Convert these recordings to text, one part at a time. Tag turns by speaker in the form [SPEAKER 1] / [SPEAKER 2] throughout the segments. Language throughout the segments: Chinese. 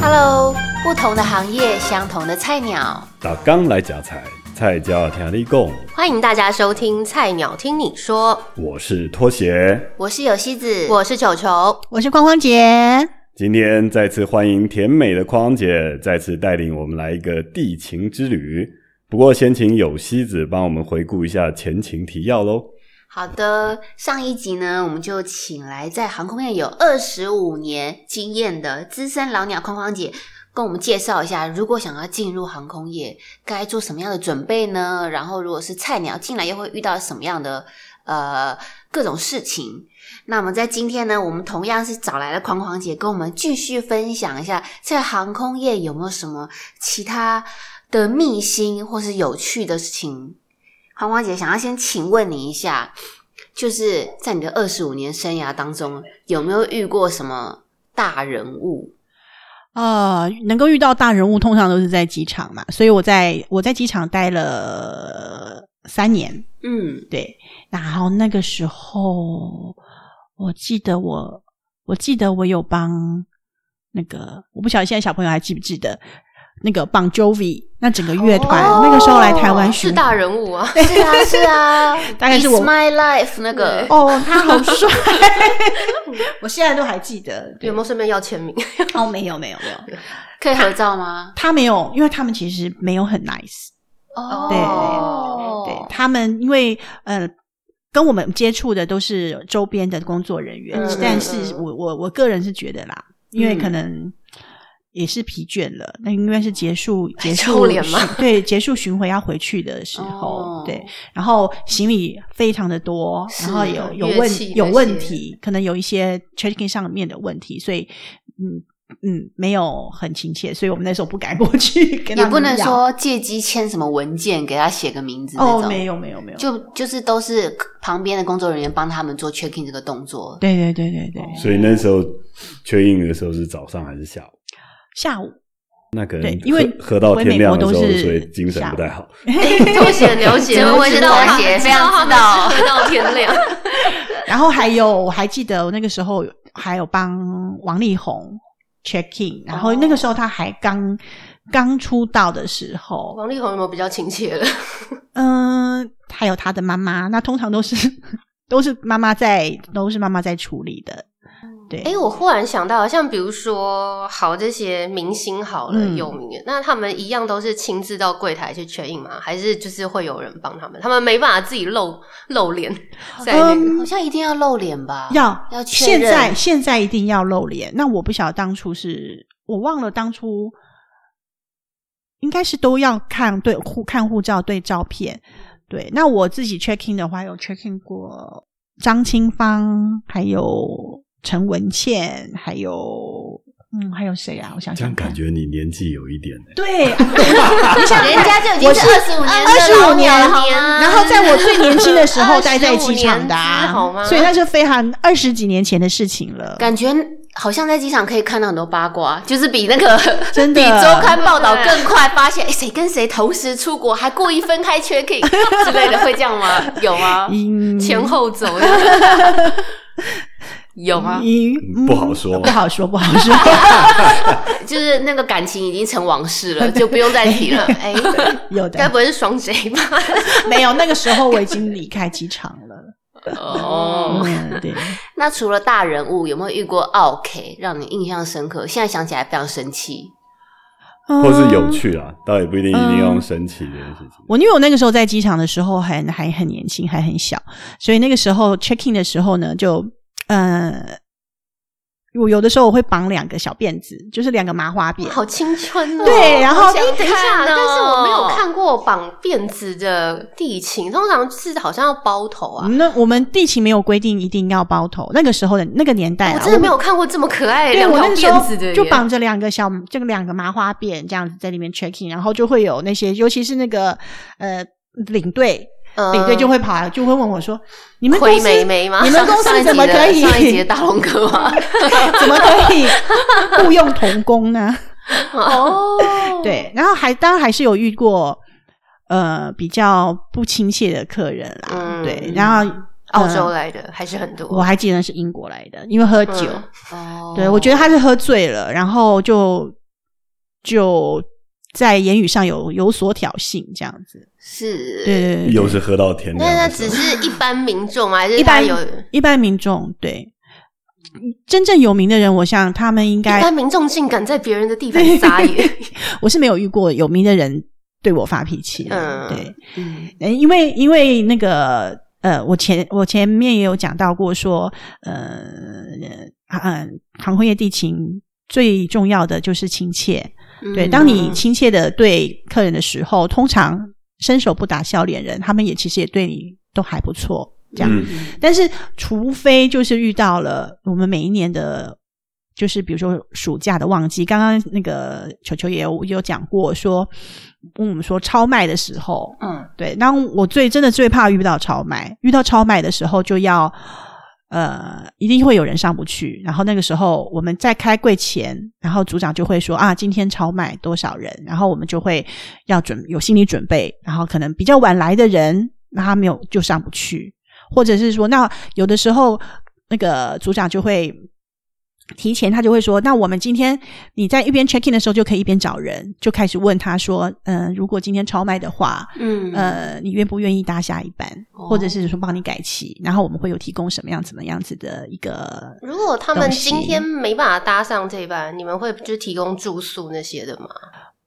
[SPEAKER 1] Hello，不同的行业，相同的菜鸟，
[SPEAKER 2] 打刚来夹菜，菜叫田立贡，
[SPEAKER 3] 欢迎大家收听《菜鸟听你说》，
[SPEAKER 2] 我是拖鞋。
[SPEAKER 1] 我是有西子，
[SPEAKER 3] 我是球球。
[SPEAKER 4] 我是框框姐，
[SPEAKER 2] 今天再次欢迎甜美的匡姐，再次带领我们来一个地勤之旅。不过先请有西子帮我们回顾一下前情提要喽。
[SPEAKER 1] 好的，上一集呢，我们就请来在航空业有二十五年经验的资深老鸟框框姐，跟我们介绍一下，如果想要进入航空业，该做什么样的准备呢？然后，如果是菜鸟进来，又会遇到什么样的呃各种事情？那么在今天呢，我们同样是找来了框框姐，跟我们继续分享一下，在航空业有没有什么其他的秘辛或是有趣的事情？框框姐想要先请问你一下，就是在你的二十五年生涯当中，有没有遇过什么大人物？
[SPEAKER 4] 呃，能够遇到大人物，通常都是在机场嘛，所以我在我在机场待了三年，
[SPEAKER 1] 嗯，
[SPEAKER 4] 对，然后那个时候，我记得我我记得我有帮那个，我不晓得现在小朋友还记不记得那个棒 Jovi 那整个乐团，
[SPEAKER 1] 哦
[SPEAKER 4] 那个时候来台湾
[SPEAKER 3] 是
[SPEAKER 4] 巡
[SPEAKER 3] 大人物 啊，
[SPEAKER 1] 是啊，是啊，
[SPEAKER 4] 大概是我
[SPEAKER 1] It's My Life 那个
[SPEAKER 3] 对
[SPEAKER 4] 哦，他好 帅，我现在都还记得，对
[SPEAKER 3] 有没有顺便要签名？
[SPEAKER 4] 哦，没有没有没有，
[SPEAKER 1] 可以合照吗？
[SPEAKER 4] 他没有，因为他们其实没有很 nice。
[SPEAKER 1] 哦，
[SPEAKER 4] 对他们，因为呃，跟我们接触的都是周边的工作人员，
[SPEAKER 1] 嗯
[SPEAKER 4] 但
[SPEAKER 3] 嗯
[SPEAKER 4] 是
[SPEAKER 3] 嗯
[SPEAKER 4] 我我我个人是觉得啦，因为
[SPEAKER 1] 嗯
[SPEAKER 4] 可能也是疲倦了，那因为是结束结
[SPEAKER 3] 臭
[SPEAKER 4] 束
[SPEAKER 3] 脸吗
[SPEAKER 4] 巡对结束巡回要回去的时候，
[SPEAKER 1] 哦
[SPEAKER 4] 对，然后行李非常的多，
[SPEAKER 1] 是
[SPEAKER 4] 然后有有
[SPEAKER 3] 乐器
[SPEAKER 4] 问有
[SPEAKER 3] 那
[SPEAKER 4] 问
[SPEAKER 3] 些
[SPEAKER 4] 题，可能有一些 check in 上面的问题，所以嗯。嗯，没有很亲切，所以我们那时候不敢过去 跟
[SPEAKER 1] 也
[SPEAKER 4] 他们
[SPEAKER 1] 不能
[SPEAKER 4] 要
[SPEAKER 1] 说借机签什么文件，给他写个名字那
[SPEAKER 4] 哦，
[SPEAKER 1] 种，
[SPEAKER 4] 没有没有没有，
[SPEAKER 1] 就就是都是旁边的工作人员帮他们做 check in 这个动作。
[SPEAKER 4] 对对对对对，
[SPEAKER 2] 所以那时候缺印的时候是早上还是下午？
[SPEAKER 4] 下
[SPEAKER 1] 哦
[SPEAKER 4] 午
[SPEAKER 2] 那可能
[SPEAKER 4] 对因为
[SPEAKER 2] 喝喝到
[SPEAKER 4] 回
[SPEAKER 2] 天
[SPEAKER 4] 美国
[SPEAKER 2] 亮的时候，
[SPEAKER 4] 都是
[SPEAKER 2] 所以精神不太好。
[SPEAKER 3] 拖鞋了解，
[SPEAKER 1] 怎么会
[SPEAKER 3] 知
[SPEAKER 1] 知
[SPEAKER 3] 道
[SPEAKER 1] 道
[SPEAKER 3] 他
[SPEAKER 1] 鞋
[SPEAKER 3] 们
[SPEAKER 1] 非常
[SPEAKER 3] 知
[SPEAKER 1] 知道
[SPEAKER 3] 道他们是喝到天亮。
[SPEAKER 4] 然后还有，我还记得我那个时候还有帮王力宏 check in，然后那个时候他还刚刚出道的时候，
[SPEAKER 3] 王力宏有没有比较亲切的？
[SPEAKER 4] 嗯、还有他的妈妈，那通常都是 都是妈妈在，都是妈妈在处理的，对，
[SPEAKER 3] 哎、我忽然想到，像比如说，好这些明星好了，
[SPEAKER 4] 嗯
[SPEAKER 3] 有名的，那他们一样都是亲自到柜台去 check in 吗？还是就是会有人帮他们？他们没办法自己露露脸在那个。
[SPEAKER 4] 嗯
[SPEAKER 1] 好像一定要露脸吧？
[SPEAKER 3] 啊
[SPEAKER 4] 要
[SPEAKER 1] 要确
[SPEAKER 4] 现
[SPEAKER 1] 认
[SPEAKER 4] 在现在一定要露脸。那我不晓得当初是我忘了当初应该是都要看对护看护照对照片。对，那我自己 check in 的话，有 check in 过张清芳，还有陈文茜，还有嗯，还有谁啊？我想
[SPEAKER 2] 这
[SPEAKER 4] 想
[SPEAKER 2] 样
[SPEAKER 4] 看
[SPEAKER 2] 感觉你年纪有一点、欸，
[SPEAKER 4] 对，
[SPEAKER 1] 人家就已经
[SPEAKER 4] 我
[SPEAKER 1] 是
[SPEAKER 4] 是呃
[SPEAKER 1] 二十五年的老鸟了，
[SPEAKER 4] 25年
[SPEAKER 1] 好吗
[SPEAKER 4] 然后在我最年轻的时候
[SPEAKER 3] 25
[SPEAKER 4] 待在机场的、
[SPEAKER 3] 年资好
[SPEAKER 4] 啊
[SPEAKER 3] 吗，
[SPEAKER 4] 所以那是非常二十几年前的事情了。
[SPEAKER 1] 感觉好像在机场可以看到很多八卦， 就是比那个
[SPEAKER 4] 真的
[SPEAKER 1] 比周刊报道更快，发现诶哎谁跟谁同时出国，还故意分开 check in 之类的，会这样 吗？有吗？
[SPEAKER 4] 嗯
[SPEAKER 3] 前后走 的，有吗？
[SPEAKER 4] 咦
[SPEAKER 2] 嗯不好说
[SPEAKER 4] 不好说，不好 说。
[SPEAKER 1] 就是那个感情已经成往事 了，就不用再提了。哎、
[SPEAKER 4] 有
[SPEAKER 3] 该
[SPEAKER 4] 的
[SPEAKER 3] 不会是双 J 吧？
[SPEAKER 4] 没有，那个时候我已经离开机场了。
[SPEAKER 3] 哦，
[SPEAKER 4] 嗯， 对，
[SPEAKER 1] 那除了大人物，有没有遇过 OK 让你印象深刻？现在想起来非常生气。
[SPEAKER 2] 或是有
[SPEAKER 4] 嗯。
[SPEAKER 2] 趣啊，倒也不一定一定要用神奇这件事情。
[SPEAKER 4] 我因为我那个时候在机场的时候还还很年轻，还很小，所以那个时候 check in 的时候呢，就呃，我有的时候我会绑两个小辫子，就是两个麻花辫。
[SPEAKER 3] 好青春哦！
[SPEAKER 4] 对然后
[SPEAKER 3] 好想
[SPEAKER 4] 哎
[SPEAKER 1] 等一下
[SPEAKER 3] 看哦但是我没有
[SPEAKER 1] 哦
[SPEAKER 3] 看过绑辫子的地勤，通常是好像要包头啊。
[SPEAKER 4] 那我们地勤没有规定一定要包头，那个时候的那个年代、啊，
[SPEAKER 3] 我真的
[SPEAKER 4] 们
[SPEAKER 3] 没有看过这么可爱的
[SPEAKER 4] 对
[SPEAKER 3] 两
[SPEAKER 4] 我
[SPEAKER 3] 条
[SPEAKER 4] 那个时
[SPEAKER 3] 辫子的
[SPEAKER 4] 候
[SPEAKER 3] 耶，
[SPEAKER 4] 就绑着两个小这个两个麻花辫这样子在里面 check in，然后就会有那些，尤其是那个呃领队，领队就会跑来就会问我说：“你们公
[SPEAKER 3] 灰
[SPEAKER 4] 司
[SPEAKER 3] 嗯妹妹吗？
[SPEAKER 4] 你们公司怎么可以
[SPEAKER 1] 上一节大龙哥吗？
[SPEAKER 4] 怎么可 以雇佣童工呢
[SPEAKER 3] 哦，？”
[SPEAKER 4] 对，然后还当然还是有遇过呃比较不亲切的客人啦，
[SPEAKER 3] 嗯
[SPEAKER 4] 对，然后呃
[SPEAKER 3] 澳洲来
[SPEAKER 4] 嗯
[SPEAKER 3] 的还是很多。
[SPEAKER 4] 我还记得是英国来的，因为喝酒。
[SPEAKER 3] 嗯
[SPEAKER 1] 哦，
[SPEAKER 4] 对，我觉得他是喝醉了，然后就就在言语上有有所挑衅这样子。
[SPEAKER 1] 是，
[SPEAKER 4] 对对对对，
[SPEAKER 2] 又是喝到天亮
[SPEAKER 3] 那那
[SPEAKER 2] 的
[SPEAKER 3] 只
[SPEAKER 2] 时候。
[SPEAKER 3] 是一般民众吗？还是
[SPEAKER 4] 一
[SPEAKER 3] 他
[SPEAKER 4] 般
[SPEAKER 3] 有
[SPEAKER 4] 一般民众对真正有名的人，我想他们应
[SPEAKER 3] 一
[SPEAKER 4] 该
[SPEAKER 3] 般民众竟敢在别人的地盘 撒野？
[SPEAKER 4] 我是没有遇过有名的人对我发脾气的。
[SPEAKER 3] 嗯
[SPEAKER 4] 对，
[SPEAKER 1] 嗯，
[SPEAKER 4] 呃因为因为那个呃，我前我前面也有讲到过说，呃呃，啊航空业地勤最重要的就是亲切。对，
[SPEAKER 3] 嗯
[SPEAKER 4] 当你亲切的对客人的时候，通常伸手不打笑脸人，他们也其实也对你都还不错。这样，
[SPEAKER 2] 嗯
[SPEAKER 4] 但是除非就是遇到了我们每一年的，就是比如说暑假的旺季，刚刚那个球球也有有讲过说，跟我们说超卖的时候，
[SPEAKER 1] 嗯，
[SPEAKER 4] 对，那我最真的最怕遇到超卖，遇到超卖的时候就要呃，一定会有人上不去。然后那个时候我们在开柜前，然后组长就会说啊，今天超卖多少人，然后我们就会要准有心理准备，然后可能比较晚来的人，那他没有就上不去，或者是说，那有的时候那个组长就会。提前他就会说，那我们今天你在一边 check in 的时候就可以一边找人，就开始问他说，嗯、如果今天超卖的话，
[SPEAKER 3] 嗯
[SPEAKER 4] 呃，你愿不愿意搭下一班，
[SPEAKER 1] 哦
[SPEAKER 4] 或者是说帮你改期，然后我们会有提供什么样、怎么样子的一个
[SPEAKER 3] 如果他们
[SPEAKER 4] 东西
[SPEAKER 3] 今天没办法搭上这一班，你们会就提供住宿那些的吗？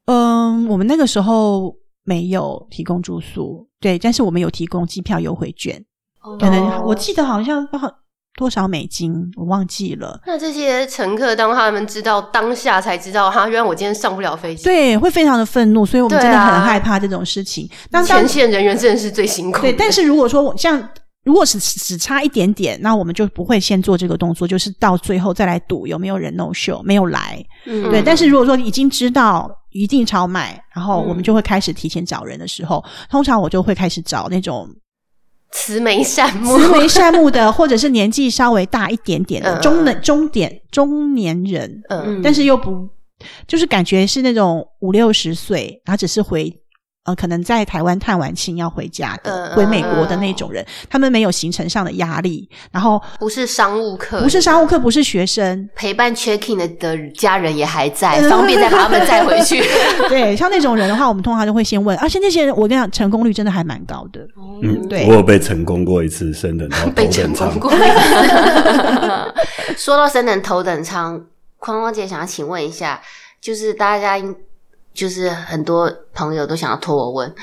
[SPEAKER 4] 嗯，我们那个时候没有提供住宿，对，但是我们有提供机票优惠券，
[SPEAKER 3] 哦
[SPEAKER 4] 可能我记得好像多少多少美金，我忘记了。
[SPEAKER 3] 那这些乘客当他们知道当下才知道，哈，原来我今天上不了飞机。，
[SPEAKER 4] 对，会非常的愤怒，所以我们
[SPEAKER 3] 对
[SPEAKER 4] 真的很
[SPEAKER 3] 啊
[SPEAKER 4] 害怕这种事情。那当
[SPEAKER 3] 前线人员真的是最辛苦的。
[SPEAKER 4] 对，但是如果说我像如果是只只差一点点，那我们就不会先做这个动作，就是到最后再来赌有没有人 no show 没有来，
[SPEAKER 3] 嗯
[SPEAKER 4] 对，但是如果说已经知道一定超卖，然后我们
[SPEAKER 3] 嗯
[SPEAKER 4] 就会开始提前找人的时候，通常我就会开始找那 种
[SPEAKER 3] 慈眉善目，
[SPEAKER 4] 慈眉善目的，或者是年纪稍微大一点点的
[SPEAKER 3] 嗯
[SPEAKER 4] 中年中点中年人，
[SPEAKER 3] 嗯，
[SPEAKER 4] 但是又不就是感觉是那种五六十岁，他只是回。呃，可能在台湾探完亲要回家的，
[SPEAKER 3] 嗯
[SPEAKER 4] 回美国的那种人，他们没有行程上的压力，然后
[SPEAKER 3] 不是商务客，
[SPEAKER 4] 不是商务客，不是学生，
[SPEAKER 1] 陪伴 check in 的的家人也还 在
[SPEAKER 4] 嗯，
[SPEAKER 1] 方便再把他们载回去。
[SPEAKER 3] 嗯
[SPEAKER 4] 对，像那种人的话，我们通常就会先问，啊而且那些人，我跟你讲，成功率真的还蛮高的。
[SPEAKER 2] 嗯，
[SPEAKER 4] 对
[SPEAKER 2] 我有被成功过一次升 等到
[SPEAKER 3] 被
[SPEAKER 2] 头等
[SPEAKER 3] 成
[SPEAKER 2] 舱
[SPEAKER 3] 功，过。
[SPEAKER 1] 说到升等头等舱，框框姐想要请问一下，就是大家应就是很多朋友都想要托我 问，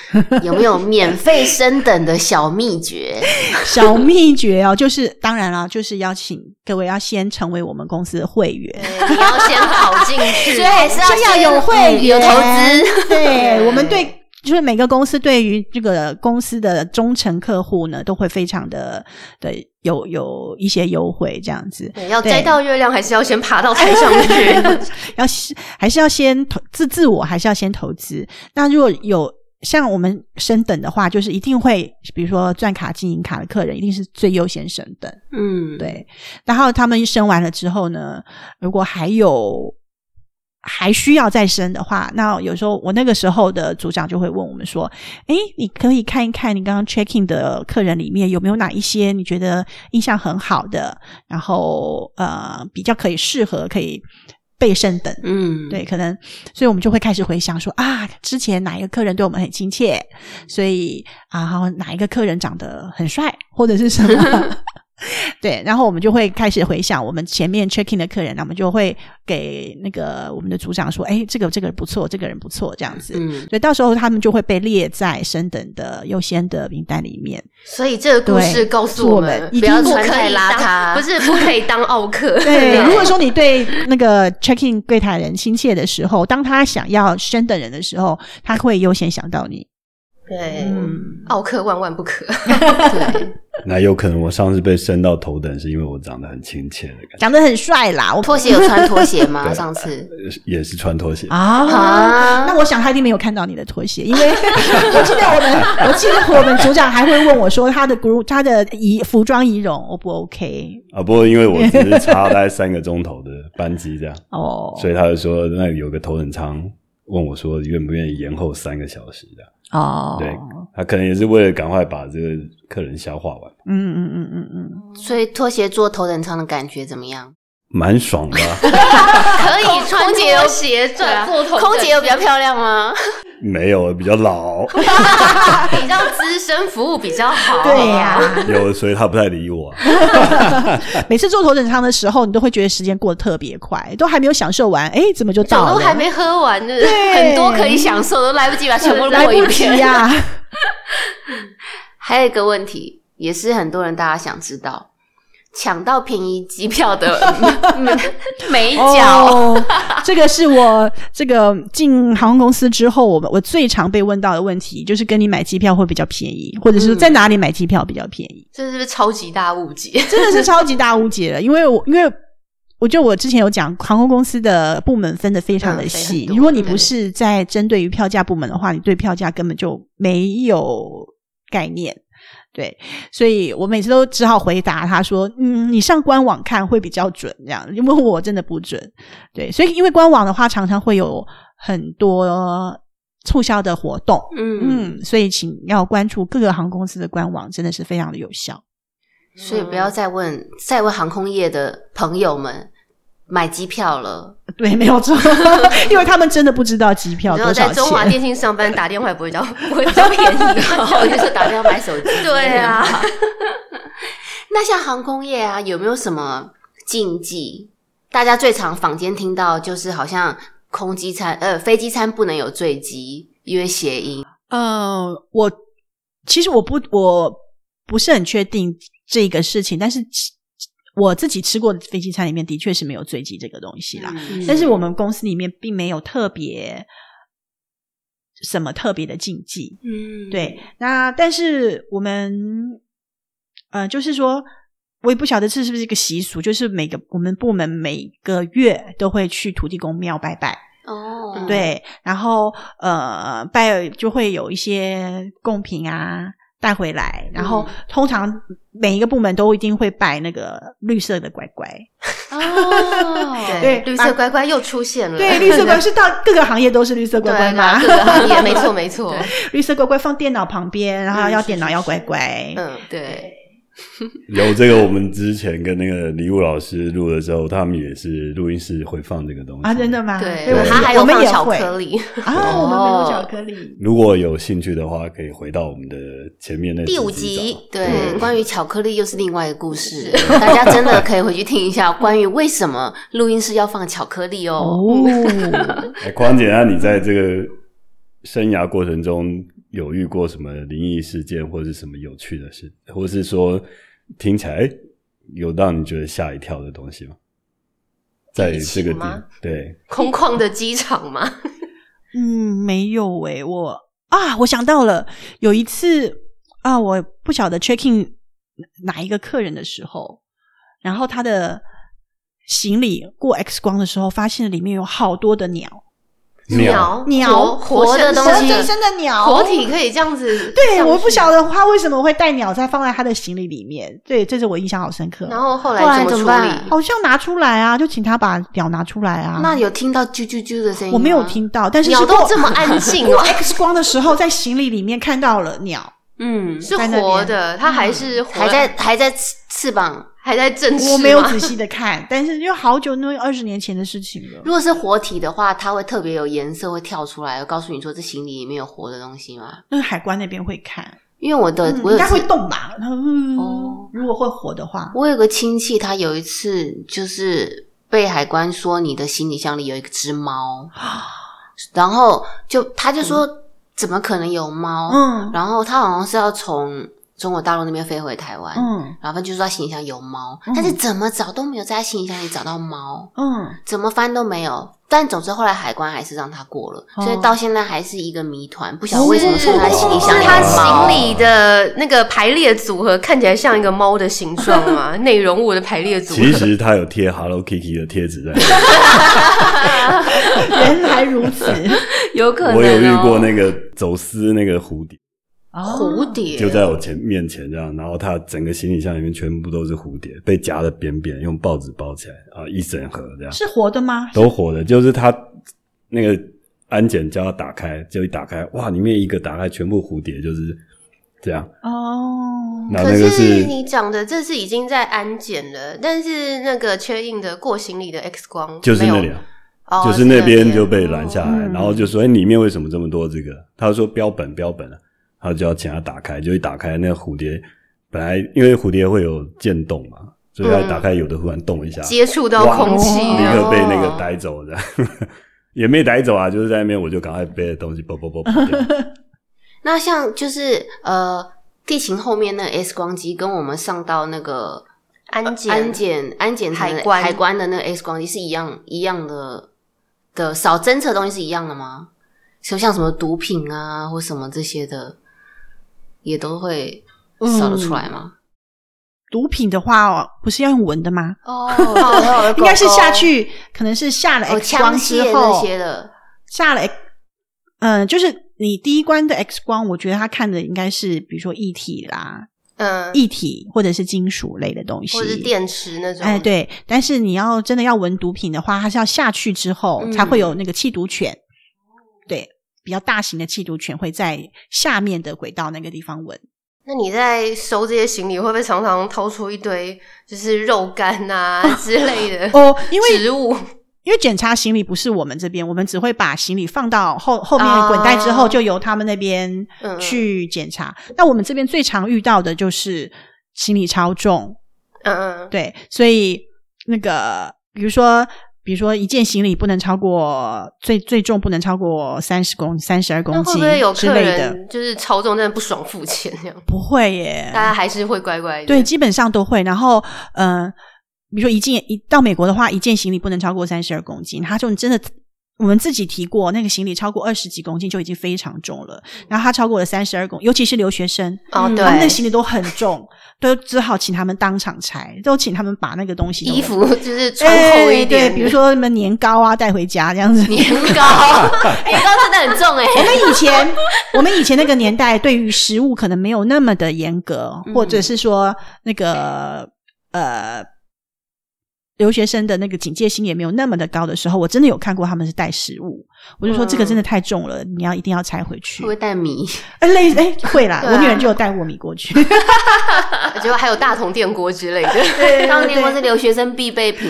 [SPEAKER 1] 有没有免费升等的小秘 诀？
[SPEAKER 4] 小秘诀哦，就是当然啦，就是要请各位要先成为我们公司的会员，
[SPEAKER 3] 对你要先跑进 去，
[SPEAKER 1] 所以还是要
[SPEAKER 4] 先
[SPEAKER 1] 先嗯
[SPEAKER 4] 有会员，
[SPEAKER 1] 有投资。。
[SPEAKER 4] 对我们对，就是每个公司对于这个公司的忠诚客户呢，都会非常的的有有一些优惠这样子。
[SPEAKER 3] 对要
[SPEAKER 4] 对
[SPEAKER 3] 摘到月亮，还是要先爬到台上去？
[SPEAKER 4] 要是还是要先投自自我，还是要先投资。那如果有像我们升等的话，就是一定会，比如说钻卡、金银卡的客人，一定是最优先升等。
[SPEAKER 1] 嗯，
[SPEAKER 4] 对，然后他们升完了之后呢，如果还有还需要再升的话，那有时候我那个时候的组长就会问我们说：“诶，你可以看一看你刚刚 check in 的客人里面有没有哪一些你觉得印象很好的，然后呃比较可以适合可以被升等。”
[SPEAKER 1] 嗯，
[SPEAKER 4] 对，可能，所以我们就会开始回想说啊，之前哪一个客人对我们很亲切，所以啊，然后哪一个客人长得很帅，或者是什么，对，然后我们就会开始回想我们前面 check in 的客人，那我们就会给那个我们的组长说，哎，这个这个人不错，这个人不错，这样子，
[SPEAKER 1] 嗯，
[SPEAKER 4] 所以到时候他们就会被列在升等的优先的名单里面。
[SPEAKER 3] 所以这个故事
[SPEAKER 4] 对
[SPEAKER 3] 告诉我
[SPEAKER 4] 是我
[SPEAKER 3] 们
[SPEAKER 4] 们，一
[SPEAKER 1] 定
[SPEAKER 3] 要
[SPEAKER 1] 不
[SPEAKER 3] 穿
[SPEAKER 1] 可
[SPEAKER 3] 太
[SPEAKER 1] 以
[SPEAKER 3] 邋
[SPEAKER 1] 当
[SPEAKER 3] 遢，不是不可以当奥 客。
[SPEAKER 4] 对，如果说你对那个 check in 柜台人亲切的时候，当他想要升等人的时候，他会优先想到你。
[SPEAKER 3] 对，
[SPEAKER 4] 嗯。
[SPEAKER 3] 奥客万万不可。
[SPEAKER 1] 对，
[SPEAKER 2] 那有可能我上次被升到头等，是因为我长得很亲切的感
[SPEAKER 4] 长得很帅啦，我
[SPEAKER 1] 拖鞋有穿拖鞋吗？
[SPEAKER 2] 对
[SPEAKER 1] 上次
[SPEAKER 2] 觉， 也是穿拖鞋。
[SPEAKER 4] 啊。
[SPEAKER 1] 啊
[SPEAKER 4] 那，我想他一定没有看到你的拖鞋，因为 我记得我们，我记得我们组长还会问我说他的 group 他的仪服装仪容 O 不 OK
[SPEAKER 2] 啊，不过因为我只是差大概三个钟头的班机这样，
[SPEAKER 4] 哦，
[SPEAKER 2] 所以他就说那有个头等舱问我说愿不愿意延后三个小时的。
[SPEAKER 4] 哦，
[SPEAKER 2] 对他可能也是为了赶快把这个客人消化完，
[SPEAKER 4] 嗯嗯嗯嗯嗯，
[SPEAKER 1] 所以拖鞋坐头等舱的感觉怎么样？
[SPEAKER 2] 蛮爽的 啊、
[SPEAKER 1] 可以穿
[SPEAKER 3] 空
[SPEAKER 1] 姐
[SPEAKER 3] 姐
[SPEAKER 1] 有
[SPEAKER 3] 有鞋转做头，
[SPEAKER 1] 空姐有比较漂亮吗？
[SPEAKER 2] 没有比较 老，
[SPEAKER 3] 比较资深，服务比较好。
[SPEAKER 4] 对呀、
[SPEAKER 2] 有所以他不太理我、啊。
[SPEAKER 4] 每次坐头等舱的时候，你都会觉得时间过得特别快，都还没有享受完，哎，怎么就
[SPEAKER 3] 酒
[SPEAKER 4] 到了？
[SPEAKER 3] 都还没喝完呢，
[SPEAKER 4] 对
[SPEAKER 1] 很多可以享受，都来不及把全部
[SPEAKER 4] 来
[SPEAKER 1] 过一
[SPEAKER 4] 不及啊
[SPEAKER 1] 遍。
[SPEAKER 4] 呀、
[SPEAKER 1] 还有一个问题，也是很多人大家想知道，抢到便宜机票 的美角，
[SPEAKER 4] 哦，这个是我这个进航空公司之后，我们我最常被问到的问题，就是跟你买机票会比较便宜，或者是
[SPEAKER 1] 嗯
[SPEAKER 4] 在哪里买机票比较便宜，
[SPEAKER 3] 这是不是超级大误解？
[SPEAKER 4] 真的是超级大误解了。因为我因为我觉得我之前有讲，航空公司的部门分的非常的
[SPEAKER 3] 嗯非
[SPEAKER 4] 细
[SPEAKER 3] 常，多
[SPEAKER 4] 如果你
[SPEAKER 3] 对
[SPEAKER 4] 不是在针对于票价部门的话，你对票价根本就没有概念。对，所以我每次都只好回答他说：“嗯，你上官网看会比较准，这样，因为我真的不准。”对，所以因为官网的话，常常会有很多促销的活动，
[SPEAKER 1] 嗯，
[SPEAKER 4] 嗯，所以请要关注各个航空公司的官网，真的是非常的有效。
[SPEAKER 1] 所以不要再问再问航空业的朋友们买机票了，
[SPEAKER 4] 对，没有 错，因为他们真的不知道机票
[SPEAKER 3] 然后
[SPEAKER 4] 多
[SPEAKER 3] 在
[SPEAKER 4] 少
[SPEAKER 3] 中华
[SPEAKER 4] 钱。
[SPEAKER 3] 电信上班打电话也不会比较不会比较便 宜，
[SPEAKER 1] 然后哦就是打电话买 手机。
[SPEAKER 3] 对啊，
[SPEAKER 1] 那像航空业啊，有没有什么禁忌？大家最常坊间听到就是好像空机餐呃飞机餐不能有坠机，因为谐音。
[SPEAKER 4] 呃，我其实我不我不是很确定这个事情，但是其我自己吃过的飞机餐里面的确是没有醉鸡这个东西啦。
[SPEAKER 1] 嗯
[SPEAKER 4] 但是我们公司里面并没有特别什么特别的禁忌，
[SPEAKER 1] 嗯，
[SPEAKER 4] 对。那但是我们，呃，就是说，我也不晓得这是不是一个习俗，就是每个我们部门每个月都会去土地公庙拜拜，
[SPEAKER 1] 哦，
[SPEAKER 3] 嗯
[SPEAKER 4] 对。然后呃，拜就会有一些贡品啊。带回来，然后
[SPEAKER 3] 嗯
[SPEAKER 4] 通常每一个部门都一定会拜那个绿色的乖乖，
[SPEAKER 1] 哦，
[SPEAKER 4] 对
[SPEAKER 3] 绿色乖乖又出现了，
[SPEAKER 4] 对，绿色乖 是到各个行业都是绿色乖乖
[SPEAKER 3] 对啊
[SPEAKER 4] 吗？
[SPEAKER 3] 各个行业没错没错，
[SPEAKER 4] 绿色乖乖放电脑旁边，然后
[SPEAKER 3] 嗯
[SPEAKER 4] 要
[SPEAKER 3] 是
[SPEAKER 4] 电脑
[SPEAKER 3] 是
[SPEAKER 4] 要
[SPEAKER 3] 是
[SPEAKER 4] 乖乖。
[SPEAKER 3] 嗯对，
[SPEAKER 2] 有这个，我们之前跟那个礼物老师录的时候，他们也是录音室会放这个东西
[SPEAKER 4] 啊，真的。吗？
[SPEAKER 3] 对
[SPEAKER 4] 我们
[SPEAKER 3] 它还
[SPEAKER 4] 也
[SPEAKER 3] 有
[SPEAKER 4] 我们
[SPEAKER 3] 放
[SPEAKER 4] 也
[SPEAKER 3] 巧
[SPEAKER 4] 会
[SPEAKER 3] 克力， 哦
[SPEAKER 4] 啊，我们没有巧克力。
[SPEAKER 2] 如果有兴趣的话，可以回到我们的前面那
[SPEAKER 1] 第五
[SPEAKER 2] 十几
[SPEAKER 1] 集，
[SPEAKER 2] 找
[SPEAKER 1] 对，关于巧克力又是另外一个故事， 大家真的可以回去听一下 关于为什么录音室要放巧克力哦。
[SPEAKER 4] 哦，
[SPEAKER 2] 哎，匡姐，那你在这个生涯过程中有遇过什么灵异事件，或者是什么有趣的事，或是说听起来哎有让你觉得吓一跳的东西吗？在这个
[SPEAKER 3] 疫
[SPEAKER 2] 地
[SPEAKER 3] 情吗，
[SPEAKER 2] 对，
[SPEAKER 3] 空旷的机场嘛，
[SPEAKER 4] 嗯，没有诶、我啊，我想到了，有一次啊，我不晓得 check in 哪一个客人的时候，然后他的行李过 X 光的时候，发现里面有好多的鸟，
[SPEAKER 3] 鸟
[SPEAKER 4] 鸟
[SPEAKER 3] 活活生
[SPEAKER 1] 活的
[SPEAKER 3] 生
[SPEAKER 1] 东西
[SPEAKER 4] 真生的鸟，
[SPEAKER 3] 活体可以这样子，
[SPEAKER 4] 对，我不晓。得他为什么会带鸟再放在他的行李里面，对，这是我印象好深刻。
[SPEAKER 3] 然后后
[SPEAKER 1] 后
[SPEAKER 3] 来
[SPEAKER 1] 来
[SPEAKER 3] 怎
[SPEAKER 1] 怎
[SPEAKER 3] 么
[SPEAKER 1] 么
[SPEAKER 3] 处
[SPEAKER 1] 办
[SPEAKER 3] 理？
[SPEAKER 4] 好像拿出来啊，就请他把鸟拿出来啊。
[SPEAKER 1] 那有听到啾啾啾的声音吗
[SPEAKER 4] 我没有，听到，但是
[SPEAKER 3] 鸟
[SPEAKER 4] 是过
[SPEAKER 3] 都这么安静
[SPEAKER 4] 过
[SPEAKER 3] 哦，
[SPEAKER 4] X 光的时候，在行李里面看到了鸟，
[SPEAKER 1] 嗯，
[SPEAKER 3] 是
[SPEAKER 4] 在那边
[SPEAKER 3] 活的，它还是活的
[SPEAKER 1] 还在还在翅翅膀。
[SPEAKER 3] 还在正视吗
[SPEAKER 4] 我没有仔细的看，但是因为好久，那二十年前的事情了
[SPEAKER 1] 如。果是活体的话，它会特别有颜色，会跳出来，告诉你说这行李里面有活的东西吗？
[SPEAKER 4] 那个海关那边会看，
[SPEAKER 1] 因为我的、
[SPEAKER 4] 嗯
[SPEAKER 1] 我有
[SPEAKER 4] 应该
[SPEAKER 1] 次
[SPEAKER 4] 会动吧？嗯
[SPEAKER 1] 哦，
[SPEAKER 4] 如果会活的话，
[SPEAKER 1] 我有个亲戚，他有一次就是被海关说你的行李箱里有一只猫，然后就他就说、怎么可能有猫？
[SPEAKER 4] 嗯
[SPEAKER 1] 然后他好像是要从中国大陆那边飞回台湾，
[SPEAKER 4] 嗯
[SPEAKER 1] 然后就说他行李箱有猫，
[SPEAKER 4] 嗯
[SPEAKER 1] 但是怎么找都没有在他行李箱里找到猫，
[SPEAKER 4] 嗯，
[SPEAKER 1] 怎么翻都没有。但总之后来海关还是让他过了，
[SPEAKER 4] 哦
[SPEAKER 1] 所以到现在还是一个谜团，不晓得为什么是他行李箱
[SPEAKER 3] 嗯是
[SPEAKER 1] 有
[SPEAKER 3] 它
[SPEAKER 1] 猫
[SPEAKER 3] 行。李的那个排列组合看起来像一个猫的形状嘛，内容物的排列组合。
[SPEAKER 2] 其实他有贴 Hello Kitty 的贴纸在，
[SPEAKER 4] 原来如 此。
[SPEAKER 3] 有可能、哦、
[SPEAKER 2] 我有遇过那个走私那个蝴蝶，
[SPEAKER 4] 哦
[SPEAKER 1] 蝴蝶
[SPEAKER 2] 就在我前面前这样，然后他整个行李箱里面全部都是蝴蝶，被夹的扁扁，用报纸包起来啊，一整盒这样。
[SPEAKER 4] 是活的吗？
[SPEAKER 2] 都活的，就是它那个安检叫他打开，就一打开，哇，里面一个打开全部蝴蝶，就是这样。
[SPEAKER 4] 哦，
[SPEAKER 2] 然后
[SPEAKER 3] 可
[SPEAKER 2] 啊那个
[SPEAKER 3] 是
[SPEAKER 2] 是
[SPEAKER 3] 你讲的这是已经在安检了，但是那个缺印的过行李的 X 光
[SPEAKER 2] 就是那
[SPEAKER 3] 没
[SPEAKER 2] 里
[SPEAKER 3] 有
[SPEAKER 2] 啊，
[SPEAKER 3] 哦
[SPEAKER 2] 就是那边就被拦下来，
[SPEAKER 4] 嗯
[SPEAKER 2] 然后就说：“哎，里面为什么这么多这个？”他说：“标本，标本啊。”他就要请他打开，就一打开那个蝴蝶，本来因为蝴蝶会有渐动嘛，所以他
[SPEAKER 3] 嗯
[SPEAKER 2] 打开有的忽然动一下，
[SPEAKER 3] 接触到
[SPEAKER 2] 哇
[SPEAKER 3] 空气
[SPEAKER 4] 哦
[SPEAKER 2] 立
[SPEAKER 3] 了，
[SPEAKER 2] 刻被那个逮走的， 也没逮走啊，就是在那边我就赶快背着东西，啵啵啵跑掉。
[SPEAKER 1] 那像就是呃，地勤后面那个 X 光机跟我们上到那个
[SPEAKER 3] 安检
[SPEAKER 1] 安检安检
[SPEAKER 3] 海关
[SPEAKER 1] 海关的那个 X 光机是一样一样的的扫侦测东西是一样的吗？就像什么毒品啊或什么这些的，也都会
[SPEAKER 4] 嗯
[SPEAKER 1] 扫得出来吗？
[SPEAKER 4] 毒品的话哦，不是要用闻的吗？
[SPEAKER 1] 哦
[SPEAKER 4] 应该是下去，可能是下了
[SPEAKER 1] 哦，
[SPEAKER 4] X
[SPEAKER 1] 枪
[SPEAKER 4] 光之
[SPEAKER 1] 械那
[SPEAKER 4] 后，
[SPEAKER 1] 些的，
[SPEAKER 4] 下了 X，嗯、就是你第一关的 X 光，我觉得他看的应该是比如说液体啦、
[SPEAKER 3] 嗯，
[SPEAKER 4] 液体或者是金属类的东西，
[SPEAKER 3] 或者是电池那种，
[SPEAKER 4] 哎，，对，但是你要真的要闻毒品的话，它是要下去之后、
[SPEAKER 1] 嗯
[SPEAKER 4] 才会有那个气毒犬，对，比较大型的气毒犬会在下面的轨道那个地方 闻。
[SPEAKER 3] 那你在收这些行李，会不会常常掏出一堆就是肉干啊之类的？
[SPEAKER 4] 哦，因为
[SPEAKER 3] 植物
[SPEAKER 4] 因为检查行李不是我们这边，我们只会把行李放到后后面滚带之后，
[SPEAKER 3] 哦
[SPEAKER 4] 就由他们那边
[SPEAKER 3] 嗯
[SPEAKER 4] 去检查。那我们这边最常遇到的就是行李超重，
[SPEAKER 3] 嗯，嗯，
[SPEAKER 4] 对，所以那个比如说。比如说，一件行李不能超过最最重不能超过三十公三十二公
[SPEAKER 3] 那会
[SPEAKER 4] 斤
[SPEAKER 3] 不会有
[SPEAKER 4] 之
[SPEAKER 3] 客
[SPEAKER 4] 类的，
[SPEAKER 3] 人就是超重，但不爽付钱这样？
[SPEAKER 4] 不会
[SPEAKER 3] 大
[SPEAKER 4] 耶。
[SPEAKER 3] 家还是会乖乖的。
[SPEAKER 4] 哎对，基本上都会。然后，呃，比如说一件一到美国的话，一件行李不能超过三十二公斤，他就真的。我们自己提过，那个行李超过二十几公斤就已经非常重了，然后他超过了三十二公，尤其是留学生，
[SPEAKER 3] 哦，
[SPEAKER 1] 嗯
[SPEAKER 3] 嗯对
[SPEAKER 4] 他，们的行李都很重，都只好请他们当场拆，都请他们把那个东西都
[SPEAKER 3] 衣服就是穿厚
[SPEAKER 4] 哎
[SPEAKER 3] 一点
[SPEAKER 4] 对，
[SPEAKER 3] 的，
[SPEAKER 4] 比如说什么年糕啊带回家这样子。
[SPEAKER 1] 年 糕，年糕真的很重哎、
[SPEAKER 4] 我们以前， 我们以前那个年代，对于食物可能没有那么的严格，
[SPEAKER 1] 嗯
[SPEAKER 4] 或者是说那个呃，留学生的那个警戒心也没有那么的高的时候，我真的有看过他们是带食物，我就说
[SPEAKER 3] 嗯
[SPEAKER 4] 这个真的太重了，你要一定要拆回
[SPEAKER 1] 会
[SPEAKER 4] 去
[SPEAKER 1] 不。会带米？
[SPEAKER 4] 哎，类哎会啦，
[SPEAKER 3] 对啊
[SPEAKER 4] 我女儿就有带过米过去。
[SPEAKER 3] 结果还有大同电锅之类的。
[SPEAKER 1] 当年我 是留学生必备品。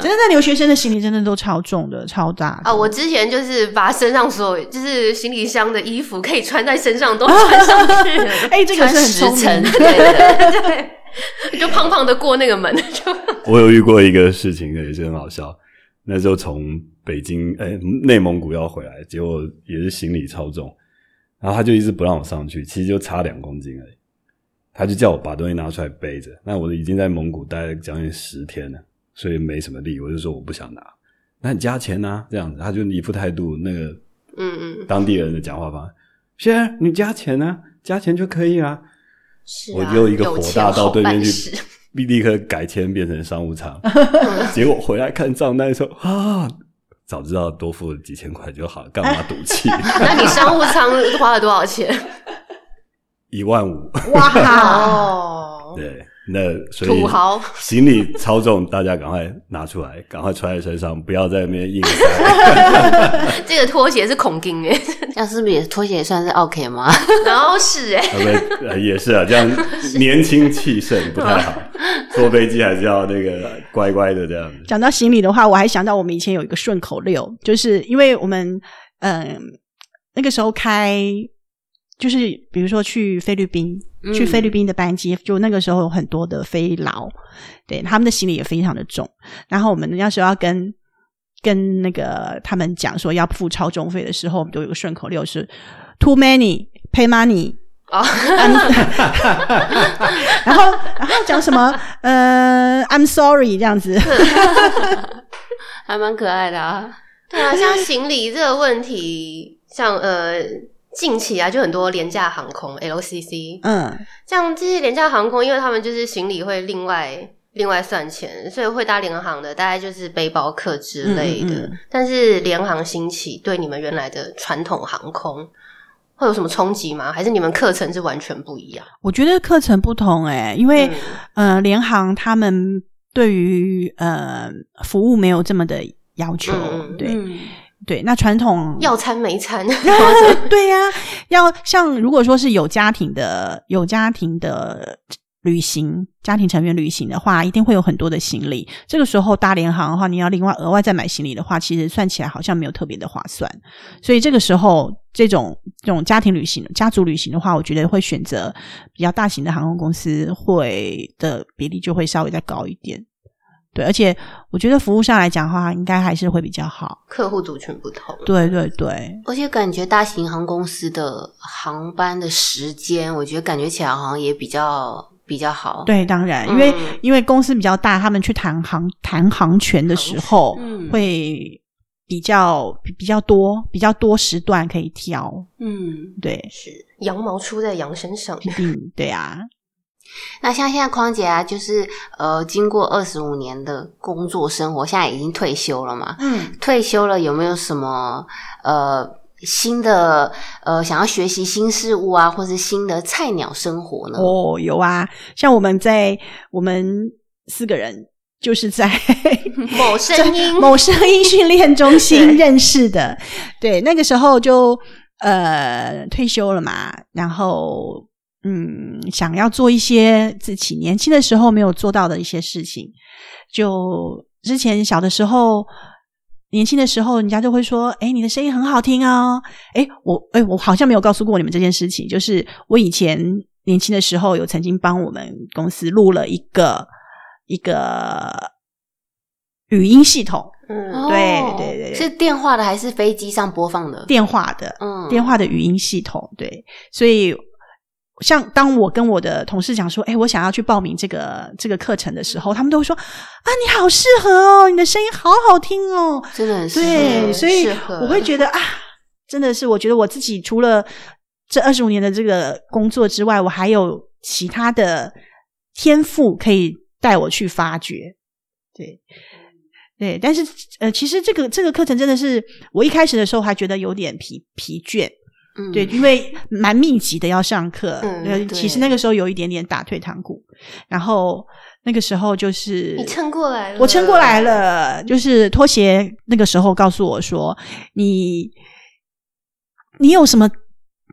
[SPEAKER 4] 真的，留学生的行李真的都超重的，超大的
[SPEAKER 3] 啊，我之前就是把身上所有就是行李箱的衣服可以穿在身上都穿上去了，
[SPEAKER 4] 哎，这个是很聪
[SPEAKER 1] 穿
[SPEAKER 4] 明
[SPEAKER 1] 十层，对对对
[SPEAKER 3] 对， 就胖胖的过那个门，就
[SPEAKER 2] 我有遇过一个事情，也是很好笑。那时候从北京，哎、内蒙古要回来，结果也是行李超重，然后他就一直不让我上去，其实就差两公斤而已。他就叫我把东西拿出来背着，那我已经在蒙古待了将近十天了，所以没什么力，我就说我不想拿。那你加钱啊，这样子，他就一副态度，那个
[SPEAKER 3] 嗯嗯，
[SPEAKER 2] 当地人的讲话方式，先生你加钱啊，加钱就可以啊。
[SPEAKER 3] 是
[SPEAKER 2] 我就一个火大到对面
[SPEAKER 3] 有
[SPEAKER 2] 去
[SPEAKER 3] 钱好办事，
[SPEAKER 2] 立刻改签变成商务 舱。结果回来看账单说啊，早知道多付几千块就好了，干嘛赌 气？
[SPEAKER 3] 那你商务舱花了多少钱？
[SPEAKER 2] 一万五，
[SPEAKER 4] 啊 哇！
[SPEAKER 3] 哦，
[SPEAKER 2] 对，那所以
[SPEAKER 3] 土豪
[SPEAKER 2] 行李超重，大家赶快拿出来，赶快穿在身上，不要在那边硬 塞。啊
[SPEAKER 3] 这个拖鞋是孔钉哎，
[SPEAKER 1] 这样是不是也拖鞋也算是 OK 吗？
[SPEAKER 3] 然后是哎，
[SPEAKER 2] 啊不呃也是啊，这样年轻气盛不 太好，坐飞机还是要那个乖乖的这样子。
[SPEAKER 4] 讲到行李的话，我还想到我们以前有一个顺口溜，就是因为我们嗯、那个时候开，就是比如说去菲律宾，
[SPEAKER 1] 嗯
[SPEAKER 4] 去菲律宾的班机，就那个时候有很多的菲劳，对他们的行李也非常的重，然后我们那时候要跟。跟那个他们讲说要付超重费的时候，我们都有个顺口溜是 “too many pay money”，
[SPEAKER 3] 哦，
[SPEAKER 4] 然后然后讲什么呃 “I'm sorry” 这样子，
[SPEAKER 1] 还蛮可爱的啊。
[SPEAKER 3] 对啊，像行李这个问题，像呃近期啊，就很多廉价航空 LCC，
[SPEAKER 4] 嗯，
[SPEAKER 3] 像这些廉价航空，因为他们就是行李会另外另外算钱，所以会搭联航的大概就是背包客之类的。
[SPEAKER 4] 嗯嗯
[SPEAKER 3] 但是联航兴起，对你们原来的传统航空会有什么冲击吗？还是你们课程是完全不一样？嗯
[SPEAKER 4] 我觉得课程不同诶、因为、呃，联航他们对于呃服务没有这么的要求，
[SPEAKER 3] 嗯嗯
[SPEAKER 4] 对，
[SPEAKER 1] 嗯
[SPEAKER 4] 对，那传统
[SPEAKER 3] 要餐没餐， 然后什么
[SPEAKER 4] 对呀、要像如果说是有家庭的有家庭的旅行，家庭成员旅行的话，一定会有很多的行李。这个时候搭联航的话，你要另外额外再买行李的话，其实算起来好像没有特别的划算。所以这个时候，这种这种家庭旅行、家族旅行的话，我觉得会选择比较大型的航空公司会的比例就会稍微再高一点。对，而且我觉得服务上来讲的话，应该还是会比较好。
[SPEAKER 3] 客户族群不同，
[SPEAKER 4] 对对对，
[SPEAKER 1] 而且感觉大型航空公司的航班的时间，我觉得感觉起来好像也比较比较好。，
[SPEAKER 4] 对，当然，因为、
[SPEAKER 3] 嗯
[SPEAKER 4] 因为公司比较大，他们去谈航谈航权的时候，
[SPEAKER 1] 嗯
[SPEAKER 4] 会比较比比较多，比较多时段可以挑。
[SPEAKER 1] 嗯，
[SPEAKER 4] 对，
[SPEAKER 1] 是。
[SPEAKER 3] 羊毛出在羊身上。
[SPEAKER 4] 一定对啊，
[SPEAKER 1] 那像现在匡姐啊，就是呃，经过二十五年的工作生活，现在已经退休了嘛？
[SPEAKER 4] 嗯，
[SPEAKER 1] 退休了有没有什么呃新的呃想要学习新事物啊，或是新的菜鸟生活呢？
[SPEAKER 4] 哦，有啊，像我们在我们四个人就是在
[SPEAKER 3] 某声音，
[SPEAKER 4] 某声音训练中
[SPEAKER 3] 对
[SPEAKER 4] 心认识的。对，那个时候就呃退休了嘛，然后嗯想要做一些自己年轻的时候没有做到的一些事情。就之前小的时候。年轻的时候，人家就会说：“哎、你的声音很好听哦。诶我哎、我好像没有告诉过你们这件事情，就是我以前年轻的时候有曾经帮我们公司录了一个一个语音系统，
[SPEAKER 3] 嗯，
[SPEAKER 1] 哦
[SPEAKER 4] 对对对对
[SPEAKER 1] 是电话的还是飞机上播放的？
[SPEAKER 4] 电话的
[SPEAKER 1] 嗯
[SPEAKER 4] 电话的语音系统，对，所以。像当我跟我的同事讲说，哎、我想要去报名这个这个课程的时
[SPEAKER 1] 嗯
[SPEAKER 4] 候，他们都会说，啊，你好适合哦，你的声音好好听哦，
[SPEAKER 1] 真的很适合
[SPEAKER 4] 对，
[SPEAKER 3] 嗯
[SPEAKER 4] 所以
[SPEAKER 3] 适合
[SPEAKER 4] 我会觉得啊，真的是，我觉得我自己除了这二十五年的这个工作之外，我还有其他的天赋可以带我去发掘。对，对，但是呃，其实这个这个课程真的是我一开始的时候还觉得有点疲疲倦，
[SPEAKER 1] 嗯
[SPEAKER 4] 对，因为蛮密集的要上课，
[SPEAKER 3] 嗯
[SPEAKER 4] 呃
[SPEAKER 1] 对
[SPEAKER 4] 其实那个时候有一点点打退堂鼓，然后那个时候就是
[SPEAKER 3] 你撑过来了，
[SPEAKER 4] 我撑过来。了。就是拖鞋那个时候告诉我说，你你有什么，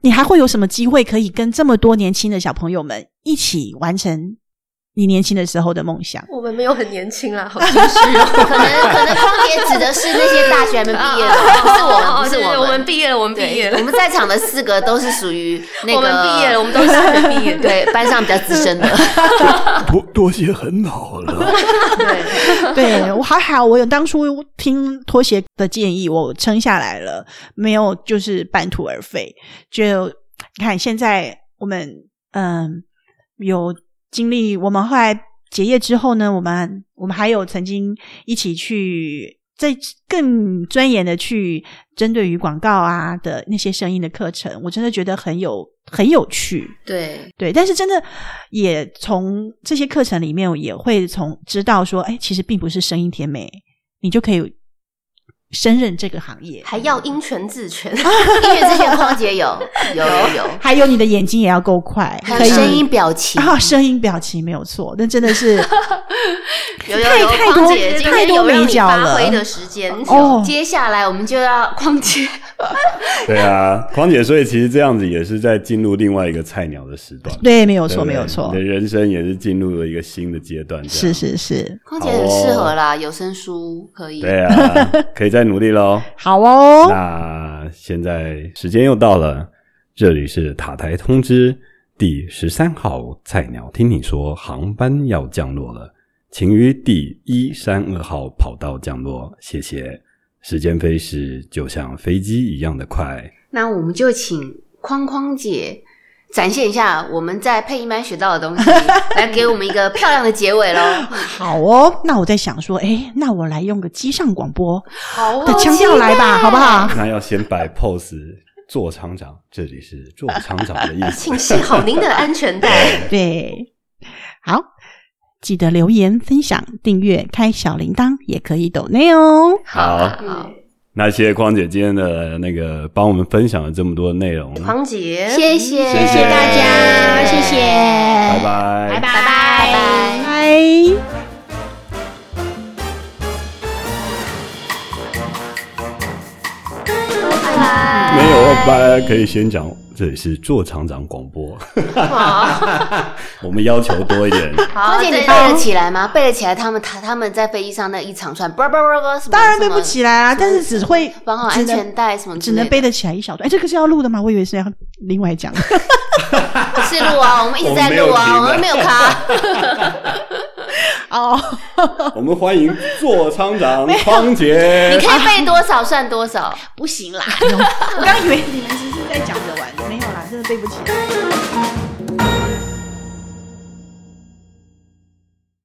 [SPEAKER 4] 你还会有什么机会可以跟这么多年轻的小朋友们一起完成你年轻的时候的梦 想？
[SPEAKER 3] 我们没有很年轻 啦，好心虚哦。
[SPEAKER 1] 可能可能匡姐指的是那些大学还没毕业的，不是我们，不是
[SPEAKER 3] 哦哦哦
[SPEAKER 1] 我
[SPEAKER 3] 我
[SPEAKER 1] 们
[SPEAKER 3] 们。毕业了，我们毕
[SPEAKER 1] 对，
[SPEAKER 3] 业了
[SPEAKER 1] 我，们在场的四个都是属于那个
[SPEAKER 3] 我们毕业了，我们都是大学毕业的。
[SPEAKER 1] 对班上比较资深的，
[SPEAKER 2] 多 多些很老了，
[SPEAKER 1] 对，
[SPEAKER 4] 对我还好，我有当初听拖鞋的建议，我撑下来了，没有就是半途而废。就你看现在我们嗯有经历，我们后来结业之后呢，我们我们还有曾经一起去。再更钻研的去针对于广告啊的那些声音的课程，我真的觉得很有很有趣。
[SPEAKER 1] 对，
[SPEAKER 4] 对，但是真的也从这些课程里面，也会从知道说，哎，其实并不是声音甜美，你就可以胜任这个行业。
[SPEAKER 3] 还要因权自 权，
[SPEAKER 1] 音乐之前匡姐有有有有，
[SPEAKER 4] 还有你的眼睛也要够快，
[SPEAKER 1] 还
[SPEAKER 4] 可以
[SPEAKER 1] 有声音表情，
[SPEAKER 4] 啊，声音表情没有错，那真 的是
[SPEAKER 1] 有有
[SPEAKER 4] 太
[SPEAKER 1] 有，
[SPEAKER 4] 太
[SPEAKER 1] 匡
[SPEAKER 4] 多
[SPEAKER 1] 姐今
[SPEAKER 4] 太
[SPEAKER 1] 天
[SPEAKER 4] 多
[SPEAKER 1] 有
[SPEAKER 4] 美
[SPEAKER 1] 让你
[SPEAKER 4] 角
[SPEAKER 3] 发
[SPEAKER 4] 了
[SPEAKER 3] 挥的时间
[SPEAKER 4] 哦
[SPEAKER 1] 接下来我们就要匡姐，
[SPEAKER 2] 对啊，匡姐，所以其实这样子也是在进入另外一个菜鸟的时段，
[SPEAKER 4] 对，没有
[SPEAKER 2] 对
[SPEAKER 4] 错，
[SPEAKER 2] 不对
[SPEAKER 4] 没有错
[SPEAKER 2] 你的，啊人生也是进入了一个新的阶段，这
[SPEAKER 4] 是
[SPEAKER 2] 样，
[SPEAKER 4] 是是，
[SPEAKER 1] 匡姐很适合
[SPEAKER 4] 哦
[SPEAKER 1] 啦，有声书可以，
[SPEAKER 2] 对啊，可以再努力喽。
[SPEAKER 4] 好哦，
[SPEAKER 2] 那现在时间又到了，这里是塔台通知第十三号菜鸟，听你说航班要降落了，请于第一三二号跑道降落，谢谢。时间飞逝，就像飞机一样的快。
[SPEAKER 1] 那我们就请匡匡姐展现一下我们在配音班学到的东 西，来给我们一个漂亮的结尾喽。
[SPEAKER 4] 好哦。那我在想说，哎，那我来用个机上广播
[SPEAKER 1] 哦
[SPEAKER 3] 好哦
[SPEAKER 4] 的腔调来吧，好不好？
[SPEAKER 2] 那要先摆 pose，做厂长，这里是做厂长的意 思
[SPEAKER 3] 请。系好您的安全 带。
[SPEAKER 4] 对，好，记得留言、分享、订阅、开小铃铛，也可以抖内哦。
[SPEAKER 2] 好，
[SPEAKER 1] 好，
[SPEAKER 2] 那谢谢匡姐今天的那个帮我们分享了这么多内容，
[SPEAKER 3] 黄杰，
[SPEAKER 1] 嗯谢谢，
[SPEAKER 2] 谢谢大家谢谢拜拜，
[SPEAKER 1] 拜拜拜。
[SPEAKER 4] 拜。
[SPEAKER 2] 大家哦可以先讲，这里是做厂长广播，
[SPEAKER 3] 好，
[SPEAKER 2] 我们要求多一点。
[SPEAKER 1] 空
[SPEAKER 3] 好，
[SPEAKER 1] 姐，你
[SPEAKER 3] 这
[SPEAKER 1] 背得起来吗？背得起来，他们他他们在飞机上那一长串，叭叭叭叭，什么
[SPEAKER 4] 当然背不起来啊，但是只会
[SPEAKER 1] 什么绑好安全带什么
[SPEAKER 4] 只
[SPEAKER 1] 之类的，
[SPEAKER 4] 能背得起来一小段。哎，这个是要录的吗？我以为是要另 外讲。
[SPEAKER 1] 不是录啊，我们一直在录啊，我
[SPEAKER 2] 我
[SPEAKER 1] 们
[SPEAKER 2] 们
[SPEAKER 1] 没
[SPEAKER 2] 没
[SPEAKER 1] 有 卡。
[SPEAKER 4] 哦，
[SPEAKER 2] 我们欢迎做厂长匡杰
[SPEAKER 1] 你。可以背多少算多少，
[SPEAKER 4] 不行啦！我刚以为你们是